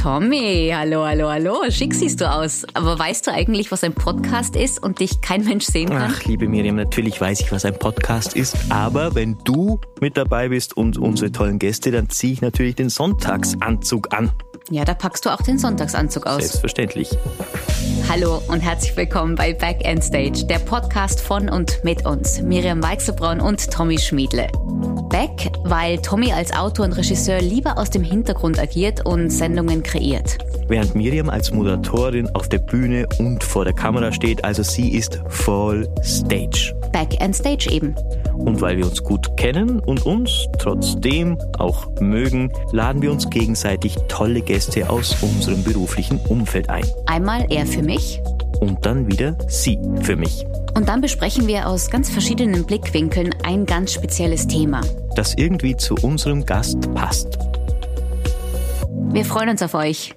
Tommy, hallo, hallo, hallo. Schick siehst du aus. Aber weißt du eigentlich, was ein Podcast ist und dich kein Mensch sehen kann? Ach, liebe Miriam, natürlich weiß ich, was ein Podcast ist. Aber wenn du mit dabei bist und unsere tollen Gäste, dann ziehe ich natürlich den Sonntagsanzug an. Ja, da packst du auch den Sonntagsanzug aus. Selbstverständlich. Hallo und herzlich willkommen bei Back End Stage, der Podcast von und mit uns, Miriam Weichselbraun und Tommy Schmiedle. Back, weil Tommy als Autor und Regisseur lieber aus dem Hintergrund agiert und Sendungen kreiert. Während Miriam als Moderatorin auf der Bühne und vor der Kamera steht, also sie ist voll Stage. Back End Stage eben. Und weil wir uns gut kennen und uns trotzdem auch mögen, laden wir uns gegenseitig tolle Gäste aus unserem beruflichen Umfeld ein. Einmal er für mich Und dann wieder sie für mich. und dann besprechen wir aus ganz verschiedenen Blickwinkeln ein ganz spezielles Thema. Das irgendwie zu unserem Gast passt. Wir freuen uns auf euch.